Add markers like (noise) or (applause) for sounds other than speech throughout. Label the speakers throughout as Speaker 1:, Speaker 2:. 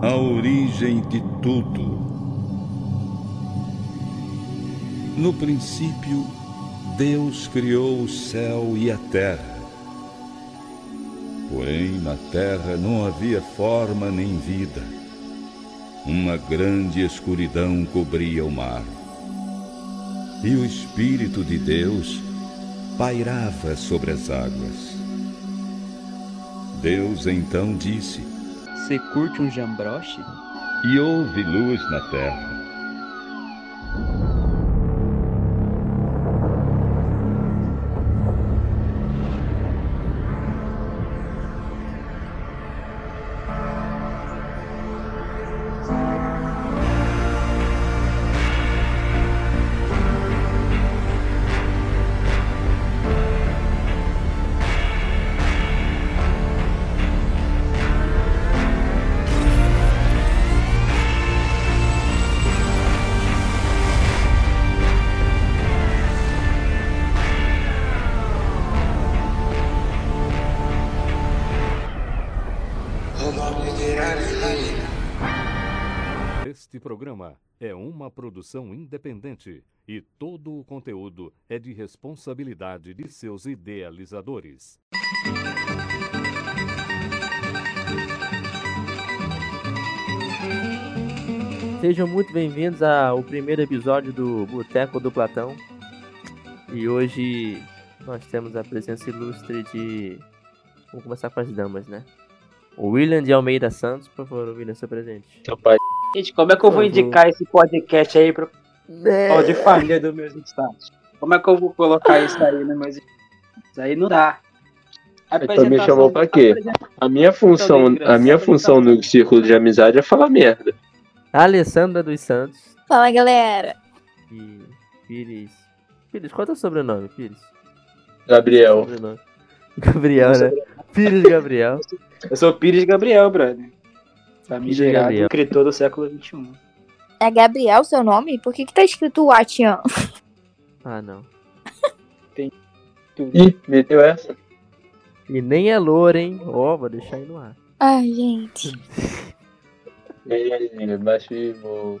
Speaker 1: a origem de tudo. No princípio, Deus criou o céu e a terra. Porém, na terra não havia forma nem vida. Uma grande escuridão cobria o mar. E o Espírito de Deus pairava sobre as águas. Deus então disse:
Speaker 2: Você curte um jambroche?
Speaker 1: E houve luz na terra.
Speaker 3: Este programa é uma produção independente e todo o conteúdo é de responsabilidade de seus idealizadores.
Speaker 4: Sejam muito bem-vindos ao primeiro episódio do Boteco do Platão. E hoje nós temos a presença ilustre de. Vamos começar com as damas, né? O William de Almeida Santos, por favor, William, seu presente.
Speaker 5: Seu Então, pai.
Speaker 6: Gente, como é que eu vou
Speaker 4: Uhum.
Speaker 6: indicar esse podcast aí pro pessoal de família dos meus estados? Como é que eu vou colocar isso aí nos meus status? Isso aí não dá.
Speaker 5: Então me chamou pra quê?
Speaker 6: Apresenta-
Speaker 5: A minha função,
Speaker 6: Telegram,
Speaker 5: a minha
Speaker 6: só
Speaker 5: função
Speaker 6: Telegram.
Speaker 5: no círculo de amizade é falar merda.
Speaker 4: Alessandra dos Santos
Speaker 7: Fala galera,
Speaker 4: e Pires. Pires, qual é o teu sobrenome, Pires?
Speaker 5: Gabriel.
Speaker 4: Sobrenome. Gabriel, né? Pires Gabriel.
Speaker 6: Eu sou Pires Gabriel, brother. Pra mim,
Speaker 4: Pires
Speaker 6: gerado,
Speaker 4: Gabriel.
Speaker 6: escritor do século um. XXI.
Speaker 7: é Gabriel seu nome? Por que que tá escrito Watian?
Speaker 4: Ah, não.
Speaker 5: Ih, meteu essa.
Speaker 4: E nem é loura, hein? Ó, vou deixar aí no ar.
Speaker 7: Ai, gente.
Speaker 5: Ih, Baixo e vou.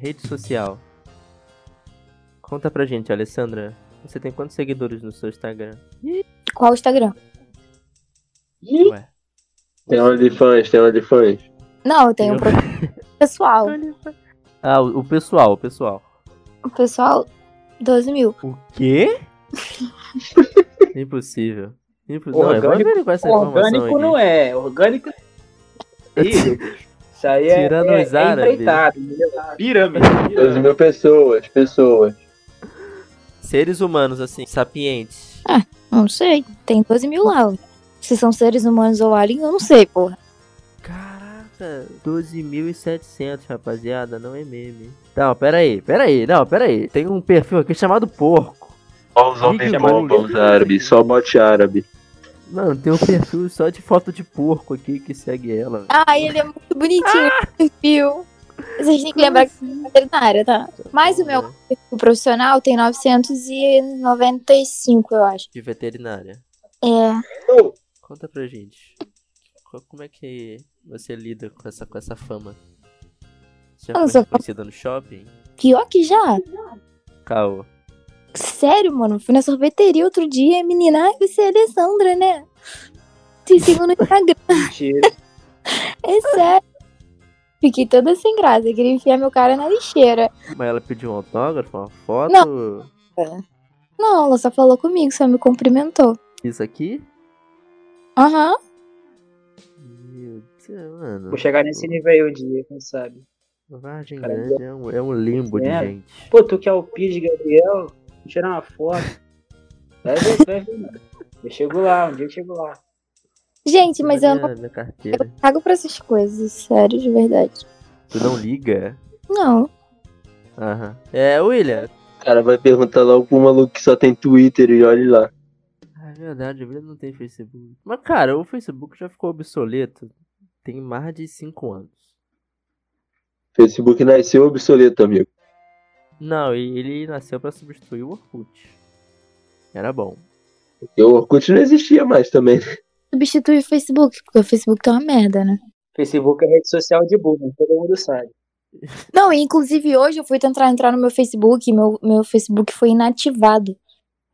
Speaker 4: Rede social. Conta pra gente, Alessandra. Você tem quantos seguidores no seu Instagram?
Speaker 7: Qual o Instagram?
Speaker 4: Ué.
Speaker 5: Tem OnlyFans, tem OnlyFans.
Speaker 7: Não, eu tenho um
Speaker 4: Eu-
Speaker 7: problema pessoal.
Speaker 4: Ah, o o pessoal, o pessoal.
Speaker 7: O pessoal, 12 mil.
Speaker 4: O
Speaker 6: (laughs)
Speaker 4: quê? Impossível. Impossível. Não,
Speaker 6: Orgânico-
Speaker 4: vamos averiguar é essa informação
Speaker 6: Orgânico
Speaker 4: aqui.
Speaker 6: não é. Orgânico Isso aí é,
Speaker 4: Tirando
Speaker 6: é,
Speaker 4: os
Speaker 6: é
Speaker 4: árabes.
Speaker 6: empreitado. entendeu? Pirâmide.
Speaker 5: 12 mil pessoas, pessoas.
Speaker 6: é.
Speaker 4: Seres humanos, assim, sapientes.
Speaker 7: Não sei, tem 12 mil lá. Se são seres humanos ou aliens, eu não sei, porra.
Speaker 4: Caraca, 12.700, rapaziada, não é meme. Não, pera aí, pera aí, não, pera aí. Tem um perfil aqui chamado Porco.
Speaker 5: Olha os
Speaker 4: homens bons.
Speaker 5: Os árabes, só bote árabe.
Speaker 4: Mano, tem um perfil só de foto de porco aqui que segue ela.
Speaker 7: Ai, ele é muito bonitinho, esse perfil. Vocês têm que lembrar que eu sou veterinária, tá? Mas o meu
Speaker 4: Né?
Speaker 7: perfil profissional tem 995, eu acho.
Speaker 4: De veterinária.
Speaker 7: É.
Speaker 4: Conta pra gente. co- Como é que você lida com essa, com essa fama? Já
Speaker 7: Eu não
Speaker 4: foi
Speaker 7: sou-
Speaker 4: reconhecida no shopping?
Speaker 7: Pior que já.
Speaker 4: Caô.
Speaker 7: Sério, mano, fui na sorveteria outro dia e a menina, ai, você é Alessandra, né? Te sigo no Instagram,
Speaker 6: Mentira.
Speaker 7: é sério. Fiquei toda sem graça, queria enfiar meu cara na lixeira.
Speaker 4: Mas ela pediu um autógrafo, uma foto?
Speaker 7: Não, ela só falou comigo, só me cumprimentou.
Speaker 4: Isso aqui?
Speaker 7: Aham.
Speaker 4: Meu Deus, mano.
Speaker 6: Vou chegar nesse nível aí um dia, quem sabe.
Speaker 4: Vargem
Speaker 6: Cara,
Speaker 4: Grande é um, é um limbo de
Speaker 6: É.
Speaker 4: gente.
Speaker 6: Pô, tu que é o Pires Gabriel, vou tirar uma foto. Vai ver, vai ver. Eu chego lá, um dia eu chego lá.
Speaker 7: Gente, mas eu não
Speaker 4: Minha, minha
Speaker 7: eu
Speaker 4: carteira.
Speaker 7: pago pra essas coisas, sério, de verdade.
Speaker 4: Tu não liga?
Speaker 7: Não.
Speaker 4: Aham. É, William.
Speaker 5: O cara vai perguntar logo pro maluco que só tem Twitter e olha lá.
Speaker 4: Ah, é verdade, o William não tem Facebook. Mas, cara, o Facebook já ficou obsoleto. Tem mais de 5 anos.
Speaker 5: Facebook nasceu obsoleto, amigo.
Speaker 4: Não, e ele nasceu pra substituir o Orkut. Era bom.
Speaker 5: Porque o Orkut não existia mais também. né?
Speaker 7: Substitui o Facebook, porque o Facebook tá uma merda, né?
Speaker 6: Facebook é rede social de bullying, todo mundo sabe.
Speaker 7: Não, e inclusive hoje eu fui tentar entrar no meu Facebook, e meu, meu Facebook foi inativado.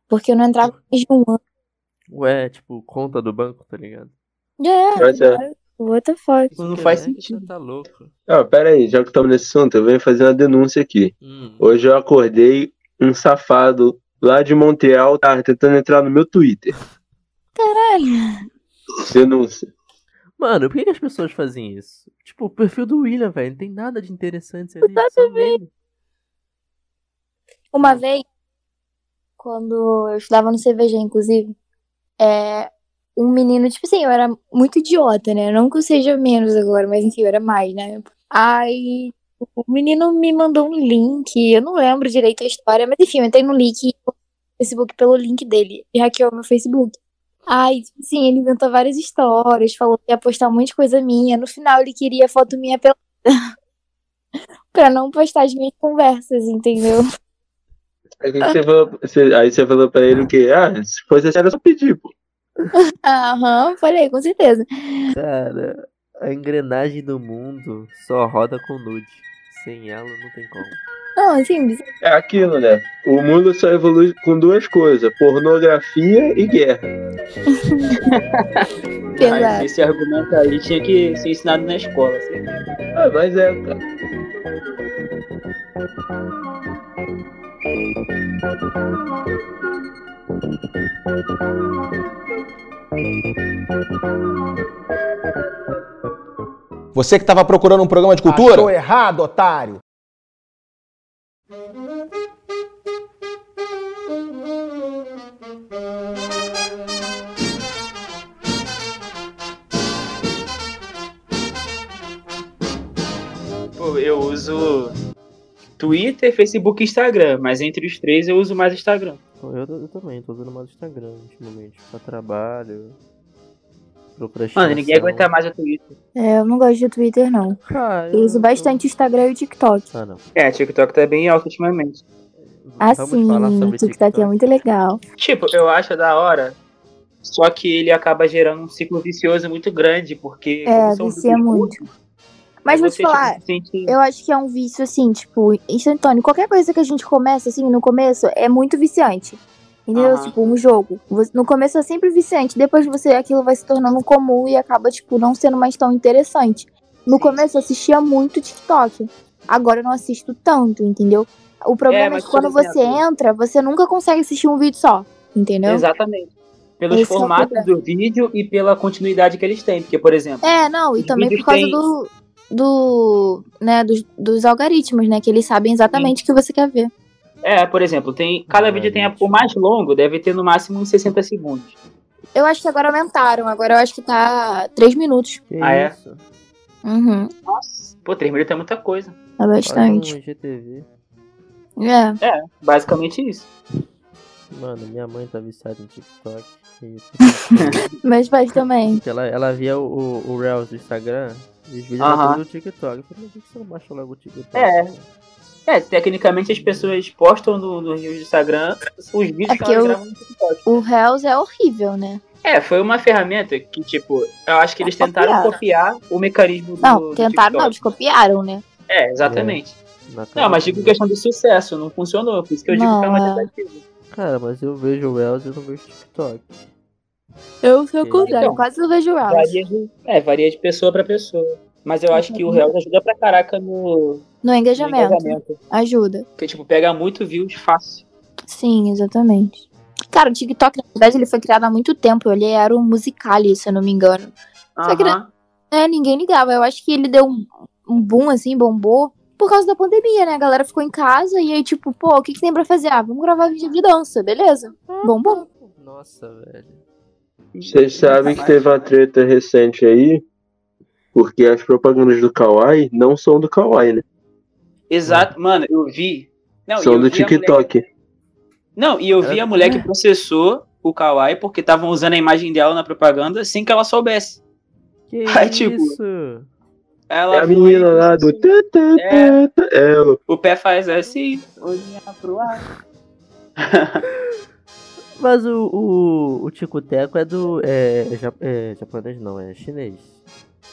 Speaker 7: Porque eu não entrava há mais de um ano.
Speaker 4: Ué, tipo, conta do banco, tá ligado?
Speaker 7: É,
Speaker 5: Mas é.
Speaker 7: what the fuck?
Speaker 4: Isso
Speaker 6: Não
Speaker 4: que
Speaker 6: faz
Speaker 4: é,
Speaker 6: sentido.
Speaker 4: Você tá louco.
Speaker 5: Ah, pera aí, já que estamos nesse assunto, eu venho fazer uma denúncia aqui.
Speaker 4: Hum.
Speaker 5: Hoje eu acordei um safado lá de Montreal tá tentando entrar no meu Twitter.
Speaker 7: Caralho.
Speaker 5: Denúncia.
Speaker 4: Mano, por que, que as pessoas fazem isso? Tipo, o perfil do William, velho, não tem nada de interessante ali. Só meme.
Speaker 7: Uma vez, quando eu estudava no CVG, inclusive, é, um menino, tipo assim, eu era muito idiota, né? Não que eu seja menos agora, mas enfim, eu era mais na época. Aí o menino me mandou um link, eu não lembro direito a história, mas enfim, eu entrei no link no Facebook pelo link dele e hackeou meu Facebook. Aí, tipo assim, ele inventou várias histórias, falou que ia postar um monte de coisa minha. No final, ele queria foto minha pelada. (laughs) pra não postar as minhas conversas, entendeu?
Speaker 5: Aí que você falou, você- aí você falou pra ele o quê? Ah, se fosse assim era só pedir, pô.
Speaker 7: Aham, falei, com certeza.
Speaker 4: Cara, a engrenagem do mundo só roda com nude. Sem ela não tem como.
Speaker 7: Não, assim,
Speaker 5: É aquilo, né? O mundo só evolui com duas coisas: pornografia e guerra.
Speaker 7: pesado.
Speaker 6: Mas esse argumento aí tinha que ser ensinado na escola. assim. certo?
Speaker 5: Ah, mas é, cara.
Speaker 8: Você que estava procurando um programa de cultura?
Speaker 9: Achou errado, otário.
Speaker 6: Pô, eu uso Twitter, Facebook e Instagram, mas entre os três eu uso mais Instagram.
Speaker 4: Pô, Eu, eu também, tô usando mais o Instagram ultimamente. Pra trabalho. Procrastinação.
Speaker 6: Mano, ninguém aguenta mais o Twitter.
Speaker 7: É, eu não gosto de Twitter, não.
Speaker 4: Ah,
Speaker 7: Eu uso bastante o Instagram e o TikTok.
Speaker 4: Ah, não.
Speaker 6: É, TikTok tá bem alto ultimamente.
Speaker 7: Assim, o TikTok
Speaker 6: um
Speaker 7: é muito legal.
Speaker 6: Tipo, eu acho da hora. Só que ele acaba gerando um ciclo vicioso muito grande, porque.
Speaker 7: É,
Speaker 6: como são
Speaker 7: vicia
Speaker 6: vídeos
Speaker 7: muito.
Speaker 6: curtos,
Speaker 7: Mas vou
Speaker 6: você,
Speaker 7: te falar,
Speaker 6: tipo, se sente-
Speaker 7: eu acho que é um vício, assim, tipo, instantâneo. Qualquer coisa que a gente começa, assim, no começo, é muito viciante. Entendeu?
Speaker 6: Aham.
Speaker 7: Tipo, um jogo. Você- No começo é sempre viciante, depois você aquilo vai se tornando comum e acaba, tipo, não sendo mais tão interessante. No começo eu assistia muito TikTok. Agora eu não assisto tanto, entendeu? O
Speaker 6: É,
Speaker 7: problema é,
Speaker 6: mas,
Speaker 7: que
Speaker 6: por
Speaker 7: quando você
Speaker 6: exemplo-
Speaker 7: entra, você nunca consegue assistir um vídeo só. Entendeu?
Speaker 6: Exatamente. Pelos
Speaker 7: Esse é o
Speaker 6: formatos do vídeo e pela continuidade que eles têm. Porque, por exemplo,
Speaker 7: É, não, e
Speaker 6: Os
Speaker 7: também por
Speaker 6: vídeos
Speaker 7: causa
Speaker 6: têm-
Speaker 7: do. do. né, dos, dos algoritmos, né? Que eles sabem exatamente o que você quer ver.
Speaker 6: é, por exemplo, tem. Cada vídeo tem a- o mais longo, deve ter no máximo uns 60 segundos.
Speaker 7: Eu acho que agora aumentaram, agora eu acho que tá 3 minutos.
Speaker 4: Que
Speaker 6: Ah, é?
Speaker 4: isso?
Speaker 7: Uhum.
Speaker 6: Nossa, pô, 3 minutos é muita coisa.
Speaker 7: Tá
Speaker 4: Bastante.
Speaker 7: bastante.
Speaker 4: Um GTV.
Speaker 7: É.
Speaker 6: Basicamente isso.
Speaker 4: Mano, minha mãe tá viciada em TikTok. e-
Speaker 7: Meus pais também.
Speaker 4: Porque ela, ela via o, o, o Reels do Instagram e os vídeos
Speaker 6: Aham.
Speaker 4: eram tudo do TikTok. Eu falei, mas por que você não baixa logo o TikTok?
Speaker 6: É. É, tecnicamente as pessoas postam no, no Rio do Instagram os vídeos
Speaker 7: É
Speaker 6: que
Speaker 7: que
Speaker 6: elas
Speaker 7: eu-
Speaker 6: gravam no TikTok.
Speaker 7: O Hells é horrível, né?
Speaker 6: É, foi uma ferramenta que, tipo, eu acho que eles tentaram copiar o mecanismo do.
Speaker 7: É Não,
Speaker 6: do
Speaker 7: tentaram, não, eles
Speaker 6: TikTok.
Speaker 7: copiaram, né?
Speaker 6: É, exatamente.
Speaker 4: Na
Speaker 6: Não, mas digo
Speaker 4: cara,
Speaker 6: questão de sucesso, não funcionou. Por isso que eu digo
Speaker 7: Não,
Speaker 6: que é uma
Speaker 7: é.
Speaker 6: tentativa.
Speaker 4: Cara, mas eu vejo o Reels e eu não vejo o TikTok.
Speaker 7: Eu sou
Speaker 4: o contrário,
Speaker 6: Então.
Speaker 7: quase não vejo o Hells.
Speaker 6: Varia de, é, varia de pessoa pra pessoa. Mas eu acho que o Reels ajuda pra caraca no, no
Speaker 7: No engajamento.
Speaker 6: Uhum. engajamento.
Speaker 7: Ajuda.
Speaker 6: Porque, tipo, pega muito views fácil.
Speaker 7: Sim, exatamente. Cara, o TikTok, na verdade, ele foi criado há muito tempo. Ele era um musicali, se eu não me engano. Só que
Speaker 6: Aham.
Speaker 7: É, ninguém ligava. Eu acho que ele deu um, um boom, assim, bombou. Por causa da pandemia, né? A galera ficou em casa e aí, tipo, Uhum. pô, o que, que tem pra fazer? Ah, vamos gravar vídeo de dança, beleza. Bombou.
Speaker 4: Nossa, velho.
Speaker 5: Vocês sabem que teve uma treta recente aí, porque as propagandas do Kawaii não são do Kawaii, né?
Speaker 6: Exato, mano, eu vi. Não, e
Speaker 5: são
Speaker 6: eu
Speaker 5: do
Speaker 6: vi a
Speaker 5: TikTok. É.
Speaker 6: Não, e eu vi a mulher que processou o Kawaii porque estavam usando a imagem dela na propaganda sem que ela soubesse.
Speaker 4: Que
Speaker 6: (laughs) Ai, tipo,
Speaker 4: isso?
Speaker 6: Ela
Speaker 5: É a
Speaker 6: foi-
Speaker 5: menina lá do. tã, tã, tã,
Speaker 6: É.
Speaker 5: tã, Ela.
Speaker 6: O pé faz assim, olhinha pro ar.
Speaker 4: Mas o, o, o Tico Teco é do. É, é ja- é japonês, não, é chinês.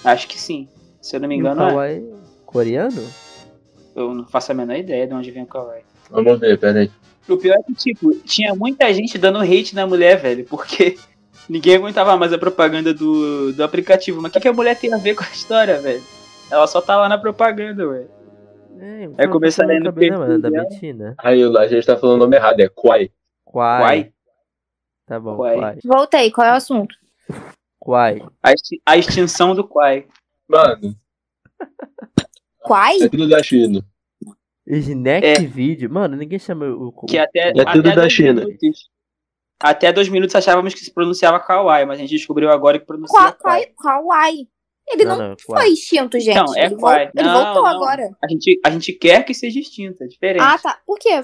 Speaker 6: Acho que sim. Se eu não me
Speaker 4: E o
Speaker 6: engano, é.
Speaker 4: Kawaii coreano?
Speaker 6: eu não faço a menor ideia de onde vem o Kawaii.
Speaker 5: Vamos ver, peraí.
Speaker 6: O pior é que, tipo, tinha muita gente dando hate na mulher, velho, porque (laughs) ninguém aguentava mais a propaganda do, do aplicativo. Mas o que, que a mulher tem a ver com a história, velho? Ela só tá lá na propaganda, velho.
Speaker 4: É,
Speaker 6: começar
Speaker 4: a
Speaker 6: lendo o
Speaker 4: cabelo, não, é da
Speaker 6: perfil dela.
Speaker 4: Betina.
Speaker 5: Aí a gente tá falando o nome errado, é Kwai. Ah,
Speaker 4: Quai.
Speaker 5: é.
Speaker 6: Uai,
Speaker 4: Tá bom,
Speaker 6: Quai.
Speaker 4: Quai.
Speaker 7: Volta aí, qual é o assunto?
Speaker 4: Quai.
Speaker 6: a, exti- a extinção do Quai.
Speaker 5: Mano,
Speaker 7: Quais?
Speaker 5: é tudo da China.
Speaker 4: Snack
Speaker 6: É.
Speaker 4: vídeo. Mano, ninguém chama o. o-
Speaker 6: Que até,
Speaker 5: É tudo
Speaker 6: até
Speaker 5: da
Speaker 6: dois
Speaker 5: China.
Speaker 6: minutos- até dois minutos achávamos que se pronunciava Kawaii, mas a gente descobriu agora que pronuncia
Speaker 7: Qua-
Speaker 6: Quai.
Speaker 7: Quai- Kawaii. Ele é? não,
Speaker 4: Quai.
Speaker 7: foi extinto, gente.
Speaker 6: Então, é
Speaker 7: ele, vol-
Speaker 6: Quai.
Speaker 7: ele
Speaker 6: Não,
Speaker 7: voltou
Speaker 6: não.
Speaker 7: agora.
Speaker 6: A gente, a gente quer que seja extinta, é diferente.
Speaker 7: Ah, tá. Por quê?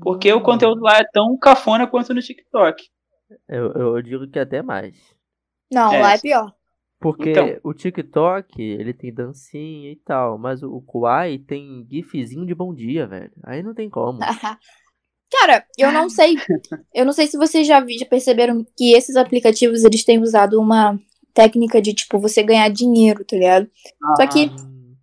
Speaker 6: Porque o conteúdo lá é tão cafona quanto no TikTok.
Speaker 4: Eu, eu digo que até mais.
Speaker 7: Não,
Speaker 6: É.
Speaker 7: lá é pior. (laughs)
Speaker 4: Porque
Speaker 6: Então.
Speaker 4: o TikTok, ele tem dancinha e tal, mas o, o Kwai tem gifzinho de bom dia, velho. Aí não tem como.
Speaker 7: Ah. Cara, eu (laughs) não sei. Eu não sei se vocês já, vi- já perceberam que esses aplicativos eles têm usado uma técnica de tipo você ganhar dinheiro, tá ligado? Só que
Speaker 4: Hum,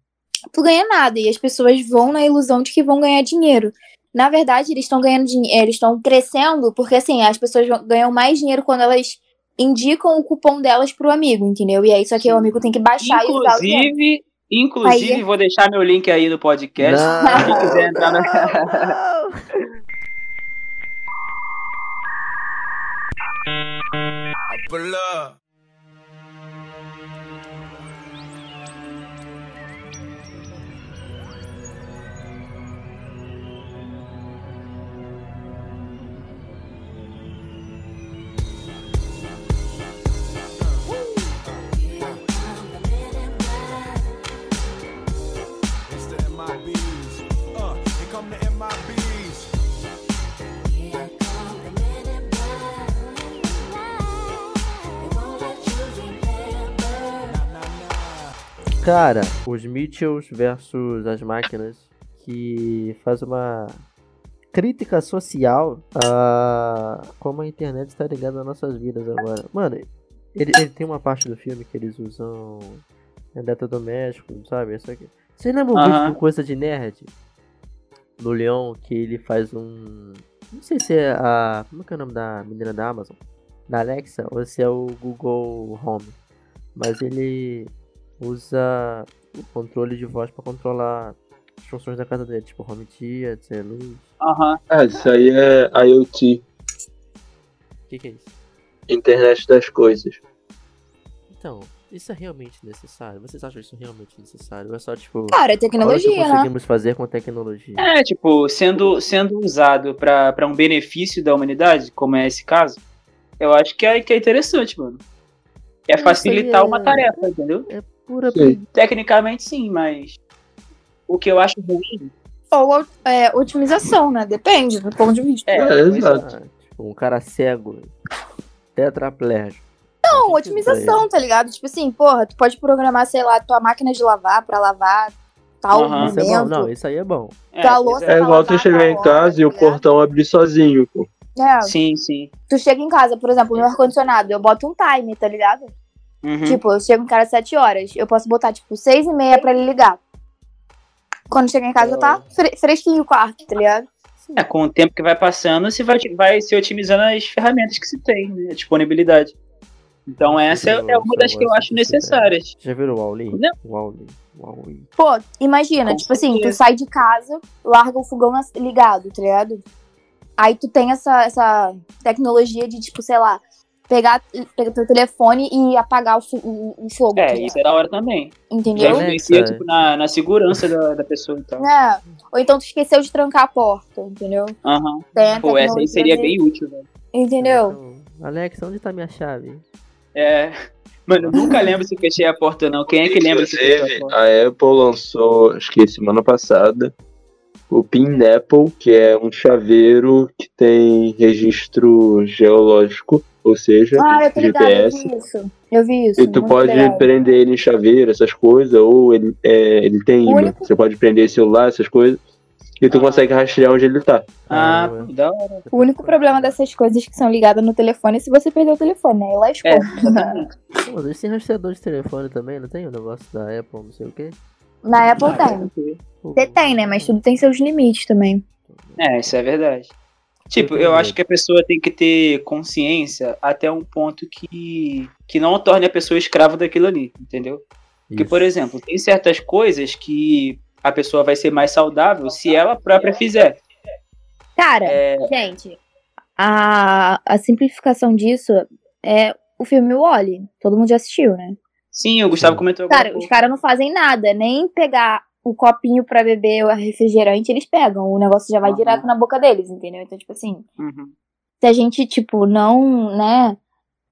Speaker 7: tu ganha nada e as pessoas vão na ilusão de que vão ganhar dinheiro. Na verdade, eles estão ganhando dinheiro, eles estão crescendo, porque assim, as pessoas vão- ganham mais dinheiro quando elas indicam o cupom delas pro amigo, entendeu? E aí só que o amigo tem que é. baixar e usar o dinheiro.
Speaker 6: Inclusive, inclusive
Speaker 7: Aí é.
Speaker 6: vou deixar meu link aí no podcast.
Speaker 4: Não.
Speaker 6: Se quem quiser entrar no...
Speaker 9: It's the MIBs. Uh, here come the MIBs.
Speaker 4: Cara, os Mitchells versus as máquinas que faz uma crítica social a como a internet está ligada às nossas vidas agora. Mano, ele, ele tem uma parte do filme que eles usam eletrodoméstico, sabe? Isso aqui. Vocês lembram o vídeo
Speaker 6: Aham.
Speaker 4: do Coisa de Nerd? Do Leon, que ele faz um. Não sei se é a. Como é que é o nome da menina da Amazon? Da Alexa, ou se é o Google Home. Mas ele usa o controle de voz pra controlar as funções da casa dele, tipo home theater, luz.
Speaker 6: Aham.
Speaker 5: Ah, isso aí é IoT,
Speaker 4: O que, que é isso?
Speaker 5: Internet das Coisas.
Speaker 4: Então, isso é realmente necessário? Vocês acham isso realmente necessário? Ou é só tipo.
Speaker 7: Cara,
Speaker 4: olha
Speaker 7: é
Speaker 4: o que
Speaker 7: tecnologia, né?
Speaker 4: conseguimos fazer com tecnologia?
Speaker 6: É, tipo, sendo, sendo usado pra pra um benefício da humanidade, como é esse caso, eu acho que é, que é interessante, mano. É
Speaker 4: Isso
Speaker 6: facilitar
Speaker 4: aí é-
Speaker 6: uma tarefa, entendeu?
Speaker 4: É pura.
Speaker 5: Sim.
Speaker 6: Tecnicamente sim, mas o que eu acho ruim
Speaker 7: Ou é, otimização, né? Depende do ponto de vista.
Speaker 6: é,
Speaker 5: É, exato.
Speaker 4: Ah, tipo, um cara cego, tetraplégico. é
Speaker 7: Não, otimização, tá ligado? Tipo assim, porra, tu pode programar, sei lá, tua máquina de lavar pra lavar tal
Speaker 6: Aham.
Speaker 4: Isso é bom, não,
Speaker 7: momento.
Speaker 4: isso aí é bom.
Speaker 6: é,
Speaker 7: Tá louco?
Speaker 6: exato.
Speaker 5: É igual tu chegar em casa e o portão abrir sozinho, pô.
Speaker 7: É,
Speaker 6: Sim, sim.
Speaker 7: tu chega em casa, por exemplo, no ar-condicionado, eu boto um time, tá ligado?
Speaker 6: Uhum.
Speaker 7: Tipo, eu chego em casa às 7 horas. Eu posso botar, tipo, 6 e meia pra ele ligar. Quando chegar em casa, já tá fre- fresquinho o quarto, tá ligado?
Speaker 6: É, com o tempo que vai passando, você vai, vai se otimizando as ferramentas que se tem, né? A disponibilidade. Então essa é, é uma das que eu acho necessárias.
Speaker 4: Já viram o Wall-E?
Speaker 6: Não.
Speaker 4: Wall-E. Wall-E.
Speaker 7: Pô, imagina,
Speaker 6: Com
Speaker 7: tipo assim, tu
Speaker 6: certeza.
Speaker 7: sai de casa, larga o fogão nas- ligado, tá ligado? Aí tu tem essa, essa tecnologia de, tipo, sei lá, pegar, pegar teu telefone e apagar o, fo- o- o fogo, tá
Speaker 6: É,
Speaker 7: ligado?
Speaker 6: isso é da hora também. Já
Speaker 7: entendeu?
Speaker 4: Alexa.
Speaker 6: influencia tipo, na, na segurança da, da pessoa, então.
Speaker 7: É. Ou então tu esqueceu de trancar a porta, entendeu?
Speaker 6: Aham.
Speaker 7: Tem a
Speaker 6: Pô, essa aí
Speaker 7: tecnologia
Speaker 6: seria
Speaker 7: de-
Speaker 6: bem útil, velho.
Speaker 7: Entendeu?
Speaker 4: Então, Alex, onde tá minha chave?
Speaker 6: É. (laughs) Mano, eu nunca lembro se fechei a porta ou não. Quem é que lembra se fechei
Speaker 5: Inclusive,
Speaker 6: a porta?
Speaker 5: a Apple lançou, acho que semana passada, o Pinapple, que é um chaveiro que tem registro geológico, ou seja,
Speaker 7: Ah, eu tô ligado, eu
Speaker 5: GPS.
Speaker 7: vi isso. Eu vi isso.
Speaker 5: E tu
Speaker 7: muito
Speaker 5: pode
Speaker 7: legal.
Speaker 5: prender ele em chaveiro, essas coisas, ou ele, é, ele tem
Speaker 7: O
Speaker 5: imã.
Speaker 7: único- Ah.
Speaker 5: Você pode prender celular, essas coisas. E tu consegue rastrear onde ele tá.
Speaker 6: Ah, pô, da hora.
Speaker 7: O único problema dessas coisas que são ligadas no telefone é se você perder o telefone, né? E lá esconde.
Speaker 6: É, exatamente.
Speaker 4: Pô, mas eles têm rastreador de telefone também, não tem o negócio da Apple, não sei o quê?
Speaker 7: Na Apple tem.
Speaker 6: Tá,
Speaker 4: Pô,
Speaker 7: Você tem, né? Mas tudo tem seus limites também.
Speaker 6: É, isso é verdade. Tipo, eu acho que a pessoa tem que ter consciência até um ponto que, que não torne a pessoa escrava daquilo ali, entendeu? Porque,
Speaker 4: isso.
Speaker 6: por exemplo, tem certas coisas que a pessoa vai ser mais saudável se ela própria fizer.
Speaker 7: Cara,
Speaker 6: É,
Speaker 7: gente, a, a simplificação disso é o filme Wally. Todo mundo já assistiu, né?
Speaker 6: sim, o Gustavo comentou agora.
Speaker 7: Cara, os caras não fazem nada, nem pegar o copinho pra beber o refrigerante, eles pegam. O negócio já vai
Speaker 6: Uhum.
Speaker 7: direto na boca deles, entendeu? Então, tipo assim,
Speaker 6: Uhum.
Speaker 7: se a gente, tipo, não, né,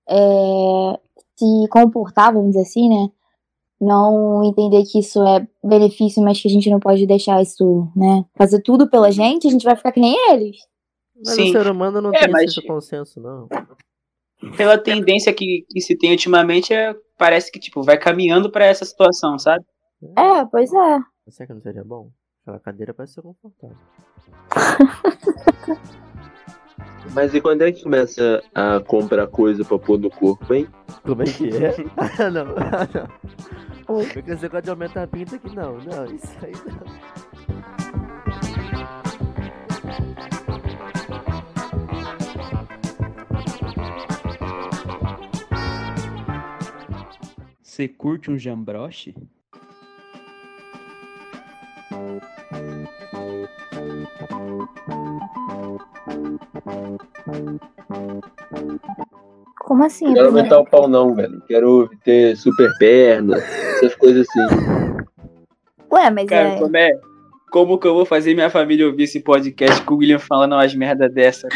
Speaker 7: é, se comportar, vamos dizer assim, né, não entender que isso é benefício, mas que a gente não pode deixar isso, né, fazer tudo pela gente, a gente vai ficar que nem eles.
Speaker 4: Mas
Speaker 6: Sim.
Speaker 4: o ser humano não
Speaker 6: É,
Speaker 4: tem
Speaker 6: mas-
Speaker 4: esse consenso, não.
Speaker 6: Uhum. Pela tendência que, que se tem ultimamente, é- parece que tipo vai caminhando pra essa situação, sabe?
Speaker 7: É, pois é.
Speaker 4: Será que não seria bom? Aquela cadeira parece ser confortável.
Speaker 5: Mas e quando é que começa a comprar coisa pra pôr no corpo, hein?
Speaker 4: Como é que é? ah, (laughs)
Speaker 6: (laughs)
Speaker 4: não. Ah, não.
Speaker 7: Oi.
Speaker 4: Porque esse negócio de aumentar a pinta aqui, não. Não, isso aí não. é
Speaker 2: Você curte um jambroche?
Speaker 7: Como assim?
Speaker 5: Não tá-
Speaker 7: a
Speaker 5: quero
Speaker 7: primeira-
Speaker 5: aumentar o pau não, velho. Quero ter super perna, essas coisas assim.
Speaker 7: Ué, mas
Speaker 6: Cara,
Speaker 7: é...
Speaker 6: como é? Como que eu vou fazer minha família ouvir esse podcast com o William falando umas merda dessa?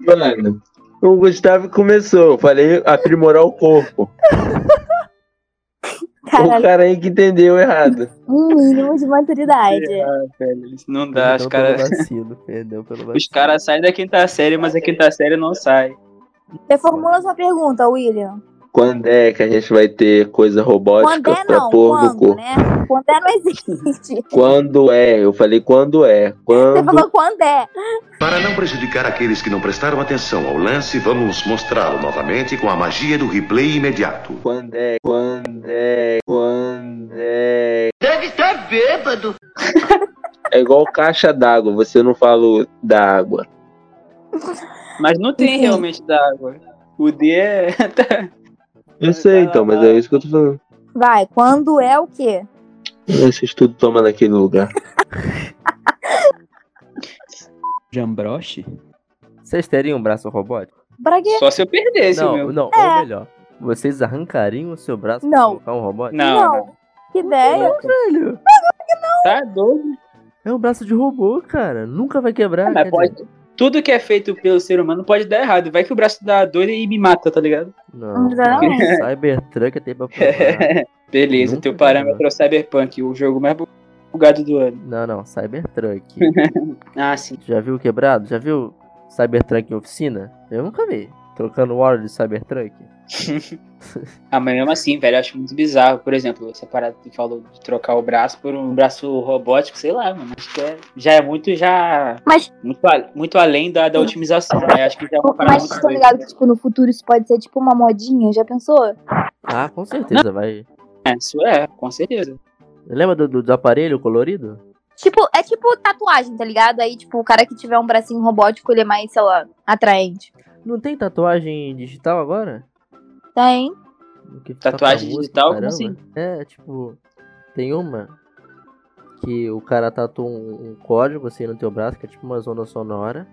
Speaker 5: Mano, o Gustavo começou. Eu falei aprimorar o corpo. O (laughs)
Speaker 7: Caralho,
Speaker 5: cara aí que entendeu errado.
Speaker 7: um mínimo de maturidade.
Speaker 6: Ah, velho, isso não dá, os
Speaker 4: Perdão
Speaker 6: caras.
Speaker 4: pelo vacilo, perdão pelo vacilo.
Speaker 6: Os caras saem da quinta série, mas a quinta série não sai.
Speaker 7: Reformula sua pergunta, William.
Speaker 5: Quando é que a gente vai ter coisa
Speaker 7: Quando
Speaker 5: robótica
Speaker 7: é
Speaker 5: pra
Speaker 7: não,
Speaker 5: pôr no
Speaker 7: quando,
Speaker 5: corpo?
Speaker 7: né? Quando é não existe.
Speaker 5: Quando é? Eu falei quando é.
Speaker 7: (laughs) Você
Speaker 5: Quando
Speaker 7: falou quando é.
Speaker 10: Para não prejudicar aqueles que não prestaram atenção ao lance, vamos mostrá-lo novamente com a magia do replay imediato.
Speaker 5: Quando é, quando é, quando é.
Speaker 9: Deve estar bêbado.
Speaker 5: É igual caixa d'água, você não fala da água.
Speaker 6: Mas não tem
Speaker 7: Sim.
Speaker 6: realmente da água. O D é.
Speaker 5: Eu sei então, mas é isso que eu tô falando.
Speaker 7: Vai, quando é o quê?
Speaker 5: Esse estudo toma naquele lugar.
Speaker 2: Jambroche?
Speaker 4: Vocês teriam um braço robótico?
Speaker 7: Pra quê?
Speaker 6: Só se eu perdesse o
Speaker 4: não,
Speaker 6: meu.
Speaker 4: não,
Speaker 7: É.
Speaker 4: ou melhor, vocês arrancariam o seu braço
Speaker 7: Não.
Speaker 4: pra colocar um robótico?
Speaker 6: Não,
Speaker 7: Não.
Speaker 6: não.
Speaker 7: Que ideia?
Speaker 4: Velho,
Speaker 6: Tá doido.
Speaker 4: é um braço de robô, cara. Nunca vai quebrar.
Speaker 6: Mas
Speaker 4: quer
Speaker 6: pode-
Speaker 4: dizer,
Speaker 6: Tudo que é feito pelo ser humano pode dar errado. Vai que o braço dá doido e me mata, tá ligado?
Speaker 4: Não.
Speaker 7: Não.
Speaker 4: Cybertruck tem pra
Speaker 6: (laughs)
Speaker 4: provar.
Speaker 6: Beleza,
Speaker 4: Ah. Nunca né?
Speaker 6: teu
Speaker 4: vi,
Speaker 6: parâmetro é o Cyberpunk, o jogo mais bu- bugado do ano.
Speaker 4: Não, não, Cybertruck.
Speaker 6: Ah, sim.
Speaker 4: Já viu quebrado? Já viu Cybertruck em oficina? Eu nunca vi. Trocando óleo de Cybertruck.
Speaker 6: Ah, mas mesmo assim, velho, eu acho muito bizarro. Por exemplo, essa parada que tu falou de trocar o braço por um braço robótico, sei lá, mano. Acho que é- já é muito, já.
Speaker 7: Mas-
Speaker 6: Muito, a- muito além da, da otimização, né? Acho que já é uma parada
Speaker 7: Mas
Speaker 6: muito
Speaker 7: vocês estão
Speaker 6: doida.
Speaker 7: ligados que, tipo, no futuro isso pode ser tipo uma modinha, já pensou?
Speaker 4: Ah, com certeza, vai.
Speaker 6: É, isso é, com certeza.
Speaker 4: Lembra do, do, do aparelho colorido?
Speaker 7: Tipo, é tipo tatuagem, tá ligado? Aí, tipo, o cara que tiver um bracinho robótico, ele é mais, sei lá, atraente.
Speaker 4: Não tem tatuagem digital agora?
Speaker 7: Tem.
Speaker 4: Que
Speaker 6: Tatuagem
Speaker 4: toca
Speaker 6: digital? Como
Speaker 4: caramba.
Speaker 6: assim?
Speaker 4: É, tipo, tem uma que o cara tatua um, um código assim no teu braço, que é tipo uma zona sonora.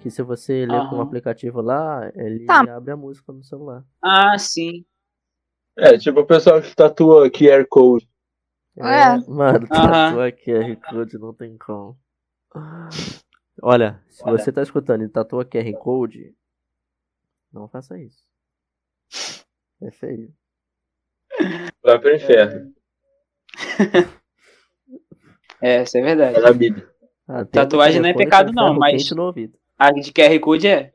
Speaker 4: Que se você ler com um
Speaker 6: Aham.
Speaker 4: aplicativo lá, ele
Speaker 7: Tá.
Speaker 4: abre a música no celular.
Speaker 6: Ah, sim.
Speaker 5: É, tipo o pessoal que tatua QR Code.
Speaker 7: É.
Speaker 4: Mano, tá
Speaker 6: Aham.
Speaker 4: tatuar QR Code não tem como. Olha, se
Speaker 6: Olha.
Speaker 4: você tá escutando e tatua QR Code, não faça isso. É feio.
Speaker 5: Vai pro inferno.
Speaker 6: É, isso é verdade.
Speaker 5: É na Bíblia.
Speaker 4: Ah,
Speaker 6: Tatuagem não é pecado, não, mas.
Speaker 4: No ouvido.
Speaker 6: A de QR Code é.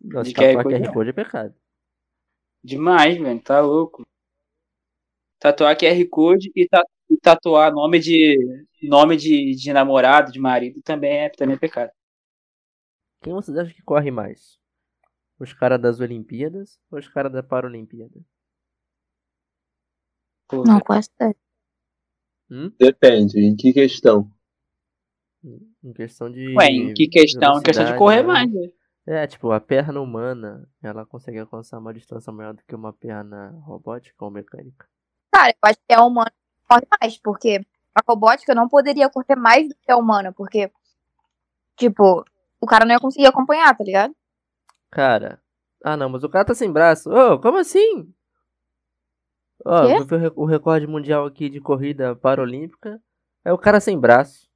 Speaker 4: Nossa,
Speaker 6: De QR
Speaker 4: tatuar
Speaker 6: Code
Speaker 4: QR Code é pecado.
Speaker 6: Demais, velho. Tá louco. Tatuar QR Code e ta- e tatuar nome de. nome de, de namorado, de marido, também é, também é pecado.
Speaker 4: Quem vocês acham que corre mais? Os caras das Olimpíadas ou os caras da Paralimpíada?
Speaker 6: Pô,
Speaker 7: Não, é. quase certo.
Speaker 4: Hum?
Speaker 5: Depende, em que questão?
Speaker 4: Em questão de.
Speaker 6: Ué, em que questão? Em questão de
Speaker 4: velocidade, né?
Speaker 6: correr mais, né?
Speaker 4: É, tipo, a perna humana, ela consegue alcançar uma distância maior do que uma perna robótica ou mecânica.
Speaker 7: Cara, eu acho que é humano que corre mais, porque a robótica não poderia correr mais do que a humana, porque, tipo, o cara não ia conseguir acompanhar, tá ligado?
Speaker 4: Cara. Ah não, mas o cara tá sem braço. Ô, como assim? Ó,
Speaker 7: Quê?
Speaker 4: eu vi o re- o recorde mundial aqui de corrida paralímpica. É o cara sem braço.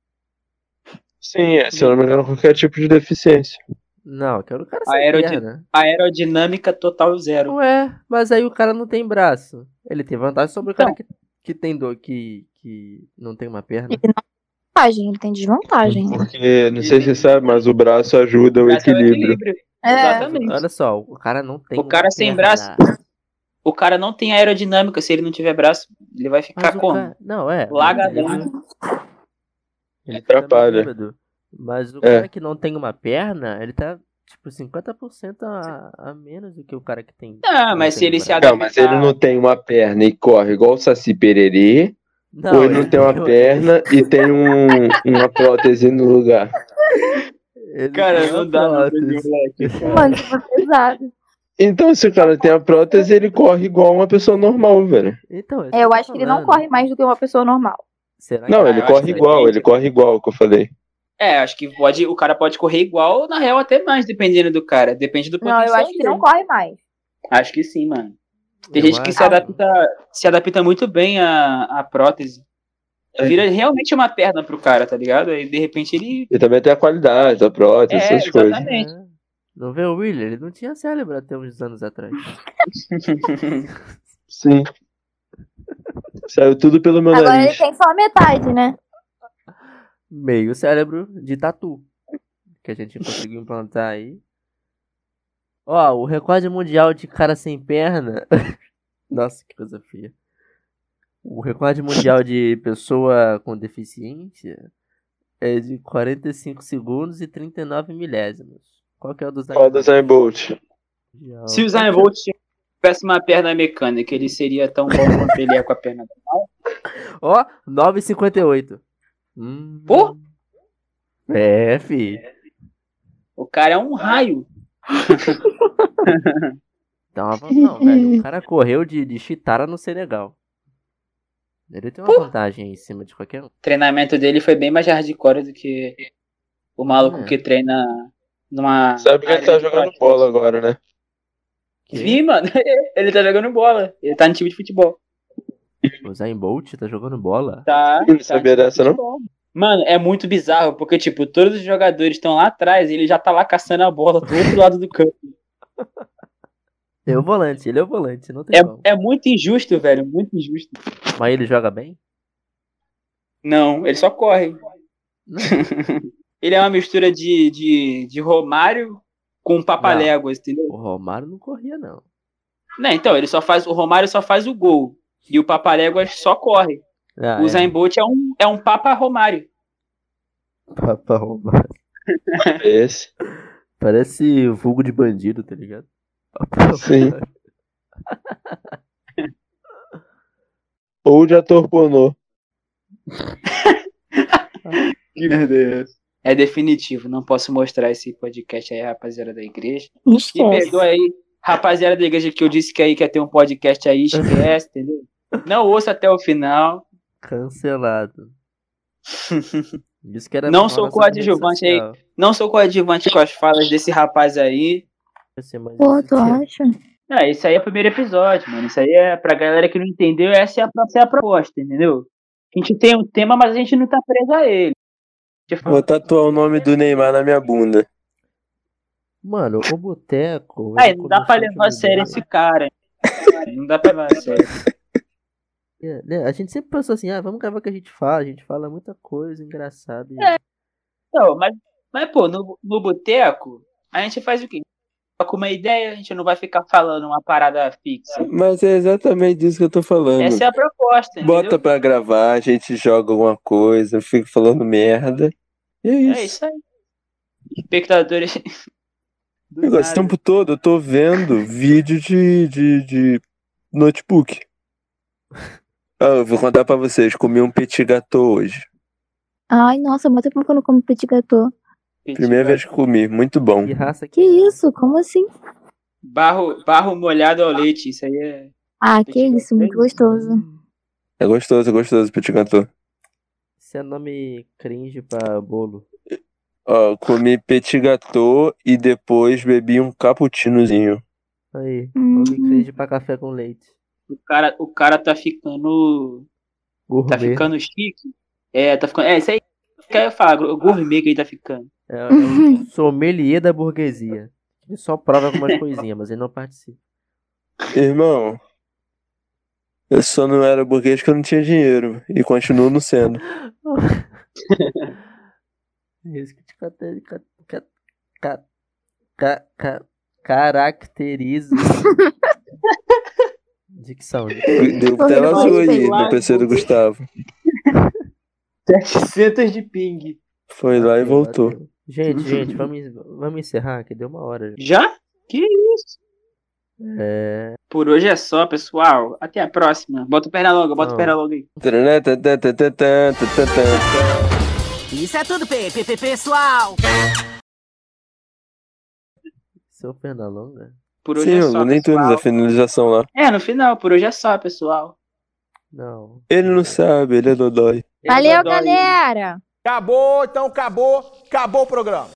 Speaker 5: Sim, é, se eu não me engano, qualquer tipo de deficiência.
Speaker 4: Não, que era o cara sem
Speaker 6: Aerodi-
Speaker 4: perna.
Speaker 6: Aerodinâmica total zero.
Speaker 4: Ué, mas aí o cara não tem braço. Ele tem vantagem sobre o cara que, que tem dor, que, que não tem uma perna.
Speaker 7: Vantagem, ele tem desvantagem.
Speaker 5: Uhum.
Speaker 7: né?
Speaker 5: Porque, não sei se você sabe, mas o braço ajuda o
Speaker 6: Braço é o
Speaker 5: equilíbrio.
Speaker 6: equilíbrio.
Speaker 7: É, (laughs)
Speaker 6: Exatamente.
Speaker 4: Olha só, o cara não tem
Speaker 6: O cara sem
Speaker 4: perna.
Speaker 6: braço O cara não tem aerodinâmica, se ele não tiver braço, ele vai
Speaker 4: Mas
Speaker 6: ficar
Speaker 4: o
Speaker 6: como?
Speaker 4: cara- Não, é.
Speaker 6: Lagadão.
Speaker 4: Ele fica
Speaker 5: Atrapalha.
Speaker 4: bêbado. Mas o
Speaker 5: É.
Speaker 4: cara que não tem uma perna, ele tá, tipo, 50% a, a menos do que o cara que tem.
Speaker 6: Não, mas se ele tá- se
Speaker 5: Não, mas ele não tem uma perna e corre igual o Saci Pererê,
Speaker 4: Não,
Speaker 5: ou ele não tem
Speaker 4: (laughs)
Speaker 7: (laughs)
Speaker 5: uma perna e tem um- uma prótese no lugar.
Speaker 4: ele
Speaker 6: Cara,
Speaker 4: tem
Speaker 6: não
Speaker 4: uma
Speaker 6: dá não,
Speaker 4: prótese.
Speaker 6: moleque.
Speaker 7: mano, isso é pesado.
Speaker 5: Então, se o cara tem a prótese, ele corre igual uma pessoa normal, velho.
Speaker 4: Então, isso
Speaker 7: É, eu
Speaker 4: tô
Speaker 7: acho que ele não
Speaker 4: falando.
Speaker 7: corre mais do que uma pessoa normal.
Speaker 4: Será
Speaker 5: Não,
Speaker 4: que-
Speaker 5: ele
Speaker 6: eu acho
Speaker 5: corre
Speaker 6: que
Speaker 5: igual,
Speaker 6: depende.
Speaker 5: ele corre igual o que eu falei.
Speaker 6: É, acho que pode, o cara pode correr igual, na real até mais, dependendo do cara. Depende do
Speaker 7: Não,
Speaker 6: potencial
Speaker 7: eu acho que
Speaker 6: dele.
Speaker 7: não corre mais.
Speaker 6: Acho que sim, mano. Tem
Speaker 4: Eu
Speaker 6: gente que se
Speaker 4: acho.
Speaker 6: adapta, se adapta muito bem à, à prótese.
Speaker 5: É.
Speaker 6: Vira realmente uma perna pro cara, tá ligado? Aí de repente ele.
Speaker 5: E também tem a qualidade da prótese,
Speaker 6: É,
Speaker 5: essas
Speaker 6: exatamente.
Speaker 5: coisas.
Speaker 4: É. Não vê o William? Ele não tinha cérebro até uns anos atrás.
Speaker 5: Sim. Saiu tudo pelo meu
Speaker 7: Agora ele
Speaker 5: nariz.
Speaker 7: tem só a metade, né?
Speaker 4: Meio cérebro de tatu. Que a gente conseguiu implantar aí. Ó, o recorde mundial de cara sem perna. (laughs) Nossa, que coisa feia. O recorde mundial de pessoa com deficiência é de 45 segundos e 39 milésimos. Qual que é o dos
Speaker 5: Qual do Zayn Bolt?
Speaker 4: mundial?
Speaker 6: Se o Usain Bolt tivesse uma perna mecânica, ele seria tão bom quanto ele é com a perna.
Speaker 4: Ó, 9,58. Hum.
Speaker 6: Pô!
Speaker 4: É, fi.
Speaker 6: O cara é um raio.
Speaker 4: Tá uma van- Não, velho. O cara correu de, de Chitara no Senegal. Ele tem uma vantagem aí em cima de qualquer um.
Speaker 6: O treinamento dele foi bem mais hardcore do que o maluco
Speaker 4: É.
Speaker 6: que treina numa.
Speaker 5: Sabe que ele tá
Speaker 6: área de
Speaker 5: jogando
Speaker 6: prática.
Speaker 5: bola agora, né?
Speaker 6: Vi, mano. (laughs) Ele tá jogando bola. Ele tá no time de futebol.
Speaker 4: O Zayn Bolt tá jogando bola.
Speaker 6: Tá.
Speaker 5: Eu não
Speaker 6: tá
Speaker 5: sabia
Speaker 6: no time de
Speaker 5: dessa, não.
Speaker 6: futebol. Mano, é muito bizarro, porque, tipo, todos os jogadores estão lá atrás e ele já tá lá caçando a bola do outro lado do campo.
Speaker 4: É o volante, ele é o volante, não tem como.
Speaker 6: É, é muito injusto, velho. Muito injusto.
Speaker 4: Mas ele joga bem?
Speaker 6: Não, ele só
Speaker 4: (laughs)
Speaker 6: corre.
Speaker 4: Não.
Speaker 6: Ele é uma mistura de, de, de Romário com Papaléguas, entendeu?
Speaker 4: O Romário não corria, não.
Speaker 6: Né, então, ele só faz. O Romário só faz o gol. E o Papaléguas só corre.
Speaker 4: Ah,
Speaker 6: o
Speaker 4: é.
Speaker 6: Zayn Bolt é um, é um Papa Romário.
Speaker 4: Papa Romário.
Speaker 5: É Esse.
Speaker 4: Parece vulgo de bandido, tá ligado? Papa
Speaker 5: Sim.
Speaker 4: Romário.
Speaker 5: Ou de ator pornô.
Speaker 6: Que merda é essa? É definitivo, não posso mostrar esse podcast aí, rapaziada da igreja.
Speaker 7: Me
Speaker 6: Me
Speaker 7: esquece.
Speaker 6: perdoa aí, rapaziada da igreja que eu disse que aí quer ter um podcast aí, esquece, entendeu? Não ouça até o final. (laughs)
Speaker 4: Cancelado. Disse que era
Speaker 6: Não
Speaker 4: pra
Speaker 6: sou
Speaker 4: falar sobre
Speaker 6: coadjuvante
Speaker 4: rede
Speaker 6: aí.
Speaker 4: social.
Speaker 6: Não sou coadjuvante com as falas desse rapaz aí.
Speaker 4: Você, mas
Speaker 7: Pô,
Speaker 4: isso (laughs)
Speaker 7: tu
Speaker 4: que é-
Speaker 7: acha?
Speaker 6: Ah, isso aí é o primeiro episódio, mano. Isso aí é pra galera que não entendeu, essa é a, essa é a proposta, entendeu? A gente tem um tema, mas a gente não tá preso a ele. A gente fala-
Speaker 5: tá Vou tatuar o nome do Neymar na minha bunda.
Speaker 4: Mano, o boteco.
Speaker 6: Aí,
Speaker 4: ele
Speaker 6: não dá pra
Speaker 4: começou
Speaker 6: levar a sério esse cara. hein? Não dá pra levar a sério.
Speaker 4: É, né, A gente sempre pensou assim, ah, vamos gravar o que a gente fala, a gente fala muita coisa engraçada. e-
Speaker 6: É. Não, mas, mas pô, no, no boteco, a gente faz o quê? Toca uma ideia, a gente não vai ficar falando uma parada fixa.
Speaker 5: Mas é exatamente disso que eu tô falando.
Speaker 6: Essa é a proposta, entendeu?
Speaker 5: Bota pra gravar, a gente joga alguma coisa, eu fico falando merda. E é isso.
Speaker 6: É isso aí. Espectadores. (laughs) do
Speaker 5: Agora, esse
Speaker 6: nada.
Speaker 5: tempo todo eu tô vendo vídeo de, de, de (laughs) notebook. Ah, eu vou contar pra vocês, comi um petit gâteau hoje.
Speaker 7: Ai, nossa, muito tempo que eu não como petit gâteau.
Speaker 5: Primeira vez que comi, muito bom.
Speaker 7: Que
Speaker 4: é.
Speaker 7: isso? Como assim?
Speaker 6: Barro, barro molhado ao leite, isso aí é.
Speaker 7: Ah, que isso, muito gostoso.
Speaker 5: É gostoso, é gostoso petit gâteau.
Speaker 4: Esse é nome cringe pra bolo.
Speaker 5: Ó, eu comi petit gâteau e depois bebi um cappuccinozinho.
Speaker 4: Aí, nome
Speaker 7: Hum.
Speaker 4: cringe pra café com leite.
Speaker 6: O cara, o cara tá ficando. Tá ficando chique. É, tá ficando. É, isso aí. Que aí eu falo, o gourmet que ele tá ficando.
Speaker 4: É, é (laughs) um sommelier da burguesia. Ele só prova algumas coisinhas, mas ele não participa.
Speaker 5: Irmão, eu só não era burguês porque eu não tinha dinheiro. E continuo não sendo.
Speaker 4: É Isso que te cate- ca- ca- ca- ca- ca- caracteriza. (laughs) Dicção. né?
Speaker 5: Deu tela azul aí no PC do Gustavo.
Speaker 6: 700 de ping.
Speaker 5: Foi lá e voltou.
Speaker 4: Gente, gente, vamos, vamos encerrar, que deu uma hora.
Speaker 6: Já? Que isso?
Speaker 4: É.
Speaker 6: Por hoje é só, pessoal. Até a próxima. Bota o perna longa, bota o perna longa aí.
Speaker 11: Isso é tudo, pe- pe- pe- pessoal!
Speaker 4: Seu Pernalonga?
Speaker 6: Por hoje
Speaker 5: Sim,
Speaker 6: é
Speaker 5: eu
Speaker 6: só.
Speaker 5: nem tô indo na finalização lá.
Speaker 6: É, no final, por hoje é só, pessoal.
Speaker 4: Não.
Speaker 5: Ele não sabe, ele é Dodói.
Speaker 7: Valeu, galera!
Speaker 12: Acabou, então acabou, acabou o programa.